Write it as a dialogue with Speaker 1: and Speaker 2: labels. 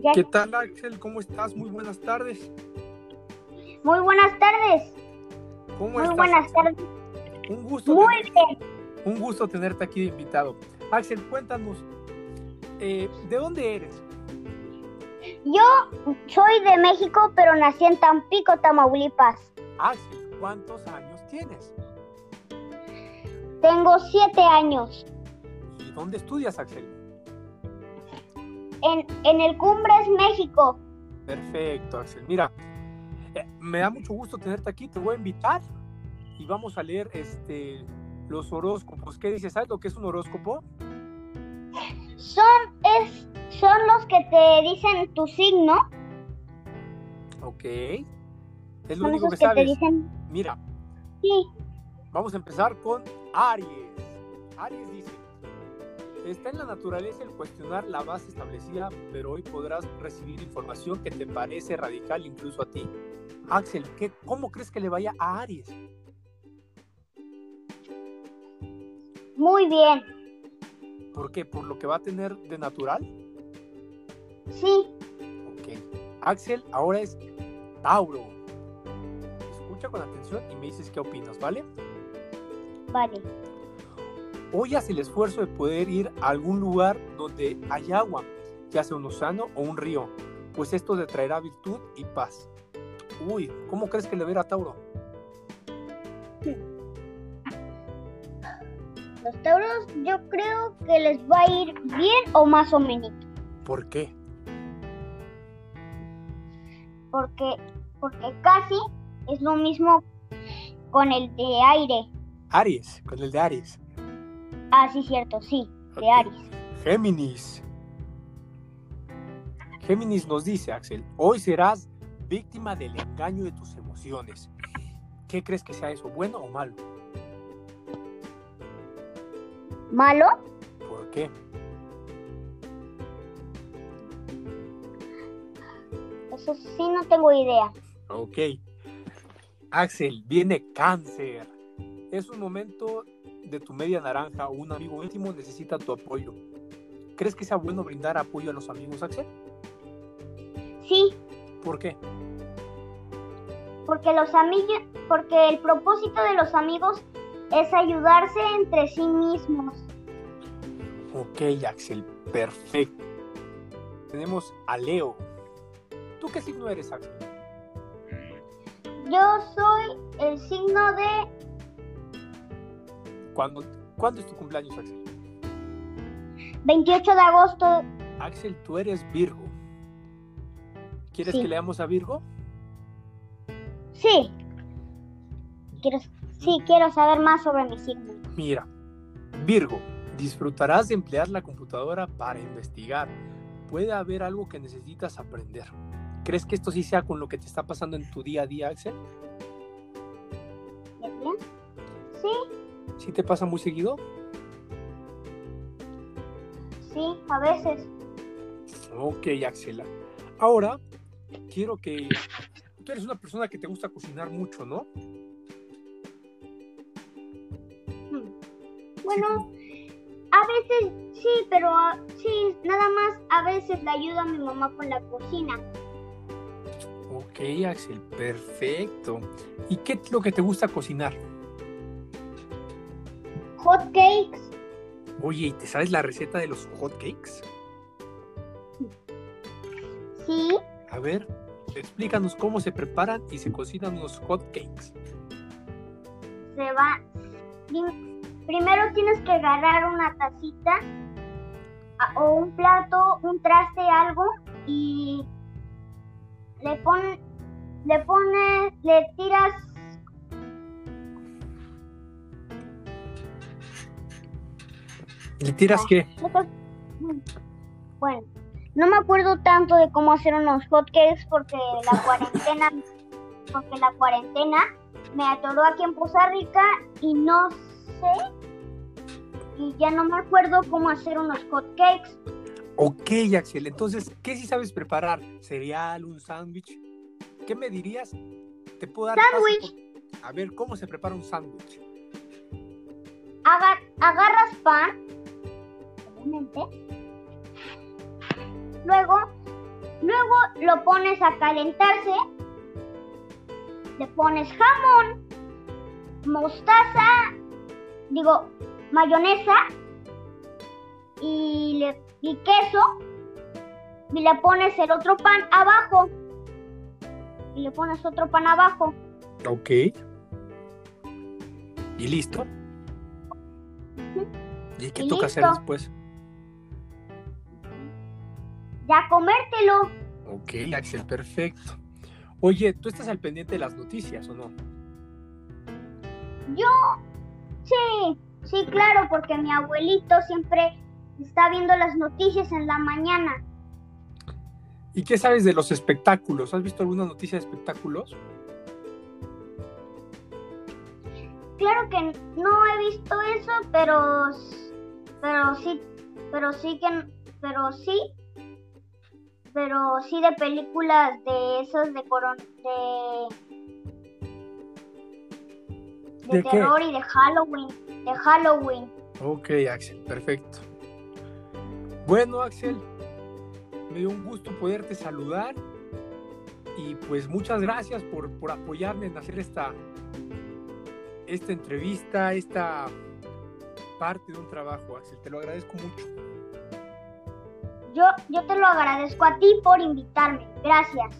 Speaker 1: Ya-
Speaker 2: ¿Qué tal Axel? ¿Cómo estás? Muy buenas tardes.
Speaker 1: Muy buenas tardes.
Speaker 2: ¿Cómo
Speaker 1: Muy
Speaker 2: estás?
Speaker 1: buenas tardes.
Speaker 2: Un gusto,
Speaker 1: Muy
Speaker 2: tener-
Speaker 1: bien.
Speaker 2: un gusto tenerte aquí de invitado. Axel, cuéntanos, eh, ¿de dónde eres?
Speaker 1: Yo soy de México, pero nací en Tampico, Tamaulipas.
Speaker 2: Axel, ¿cuántos años tienes?
Speaker 1: Tengo siete años.
Speaker 2: ¿Y dónde estudias, Axel?
Speaker 1: En, en el Cumbres, México.
Speaker 2: Perfecto, Axel. Mira, eh, me da mucho gusto tenerte aquí. Te voy a invitar y vamos a leer este, los horóscopos. ¿Qué dices? ¿Sabes lo que es un horóscopo?
Speaker 1: Son, es, son los que te dicen tu signo.
Speaker 2: Ok. Es lo
Speaker 1: Son
Speaker 2: único
Speaker 1: esos
Speaker 2: que
Speaker 1: que, te
Speaker 2: sabes.
Speaker 1: dicen.
Speaker 2: Mira,
Speaker 1: Sí.
Speaker 2: Vamos a empezar con Aries. Aries dice, está en la naturaleza el cuestionar la base establecida, pero hoy podrás recibir información que te parece radical incluso a ti. Axel, ¿qué, ¿cómo crees que le vaya a Aries?
Speaker 1: Muy bien.
Speaker 2: ¿Por qué? ¿Por lo que va a tener de natural?
Speaker 1: Sí.
Speaker 2: Ok. Axel, ahora es Tauro. Escucha con atención y me dices qué opinas, ¿vale?
Speaker 1: Vale.
Speaker 2: Hoy haz el esfuerzo de poder ir a algún lugar donde hay agua, ya sea un océano o un río, pues esto te traerá virtud y paz. Uy, ¿cómo crees que le verá a Tauro?
Speaker 1: Los tauros yo creo que les va a ir bien o más o menos.
Speaker 2: ¿Por qué?
Speaker 1: porque porque casi es lo mismo con el de aire.
Speaker 2: Aries, con el de Aries.
Speaker 1: Ah, sí, cierto, sí, de Aries.
Speaker 2: Géminis. Géminis nos dice, Axel, hoy serás víctima del engaño de tus emociones. ¿Qué crees que sea eso, bueno o malo?
Speaker 1: ¿Malo?
Speaker 2: ¿Por qué?
Speaker 1: Eso sí no tengo idea.
Speaker 2: Ok. Axel, viene cáncer. Es un momento de tu media naranja o un amigo íntimo necesita tu apoyo. ¿Crees que sea bueno brindar apoyo a los amigos, Axel?
Speaker 1: Sí,
Speaker 2: ¿Por qué?
Speaker 1: porque los amigos porque el propósito de los amigos es ayudarse entre sí mismos.
Speaker 2: Ok, Axel, perfecto. Tenemos a Leo. ¿Tú qué signo eres, Axel?
Speaker 1: Yo soy el signo de
Speaker 2: ¿Cuándo, ¿cuándo es tu cumpleaños, Axel?
Speaker 1: 28 de agosto.
Speaker 2: Axel, tú eres Virgo. ¿Quieres
Speaker 1: Sí.
Speaker 2: que leamos a Virgo?
Speaker 1: Sí. Quiero, sí, quiero saber más sobre mi signo.
Speaker 2: Mira, Virgo, disfrutarás de emplear la computadora para investigar. Puede haber algo que necesitas aprender. ¿Crees que esto sí sea con lo que te está pasando en tu día a día, Axel?
Speaker 1: ¿Ya bien? Sí,
Speaker 2: ¿Sí te pasa muy seguido?
Speaker 1: sí, a veces.
Speaker 2: Ok, Axel. Ahora, quiero que... Tú eres una persona que te gusta cocinar mucho, ¿no?
Speaker 1: Bueno, a veces sí, pero ah, sí, nada más a veces le ayudo a mi mamá con la cocina.
Speaker 2: Ok, Axel, perfecto. ¿Y qué es lo que te gusta cocinar?
Speaker 1: Hot cakes,
Speaker 2: Oye, ¿y te sabes la receta de los hotcakes?
Speaker 1: sí.
Speaker 2: A ver, explícanos cómo se preparan y se cocinan los hotcakes.
Speaker 1: Se va. prim- Primero tienes que agarrar una tacita a- o un plato, un traste, algo y le pones, le pones, le tiras.
Speaker 2: ¿Le
Speaker 1: Ah.
Speaker 2: tiras qué?
Speaker 1: Bueno, no me acuerdo tanto de cómo hacer unos hotcakes porque la cuarentena, porque la cuarentena me atoró aquí en Poza Rica y no sé y ya no me acuerdo cómo hacer unos hotcakes.
Speaker 2: Ok, Axel, entonces, ¿qué sí sabes preparar? ¿Cereal, un sándwich? ¿Qué me dirías? ¿Te puedo dar paso
Speaker 1: Sándwich.
Speaker 2: por- A ver, ¿cómo se prepara un sándwich?
Speaker 1: Aga- agarras pan, obviamente. Luego Luego lo pones a calentarse. Le pones jamón, mostaza, digo, mayonesa y, le, y queso. Y le pones el otro pan abajo. Y le pones otro pan abajo.
Speaker 2: Ok. ¿Y listo? ¿Y qué
Speaker 1: Y
Speaker 2: toca hacer
Speaker 1: listo.
Speaker 2: después?
Speaker 1: Ya comértelo.
Speaker 2: Ok, Axel, perfecto. Oye, ¿tú estás al pendiente de las noticias o no?
Speaker 1: Yo, sí, sí, claro, porque mi abuelito siempre está viendo las noticias en la mañana.
Speaker 2: ¿Y qué sabes de los espectáculos? ¿Has visto alguna noticia de espectáculos?
Speaker 1: Claro que no he visto eso, pero, s- pero sí, pero sí que, pero sí, pero sí de películas de esos de coron, de, de,
Speaker 2: ¿De qué?
Speaker 1: terror y de Halloween, de Halloween.
Speaker 2: Ok, Axel, perfecto. Bueno, Axel, me dio un gusto poderte saludar y pues muchas gracias por, por apoyarme en hacer esta, esta entrevista, esta parte de un trabajo, Axel. Te lo agradezco mucho.
Speaker 1: Yo, yo te lo agradezco a ti por invitarme. Gracias.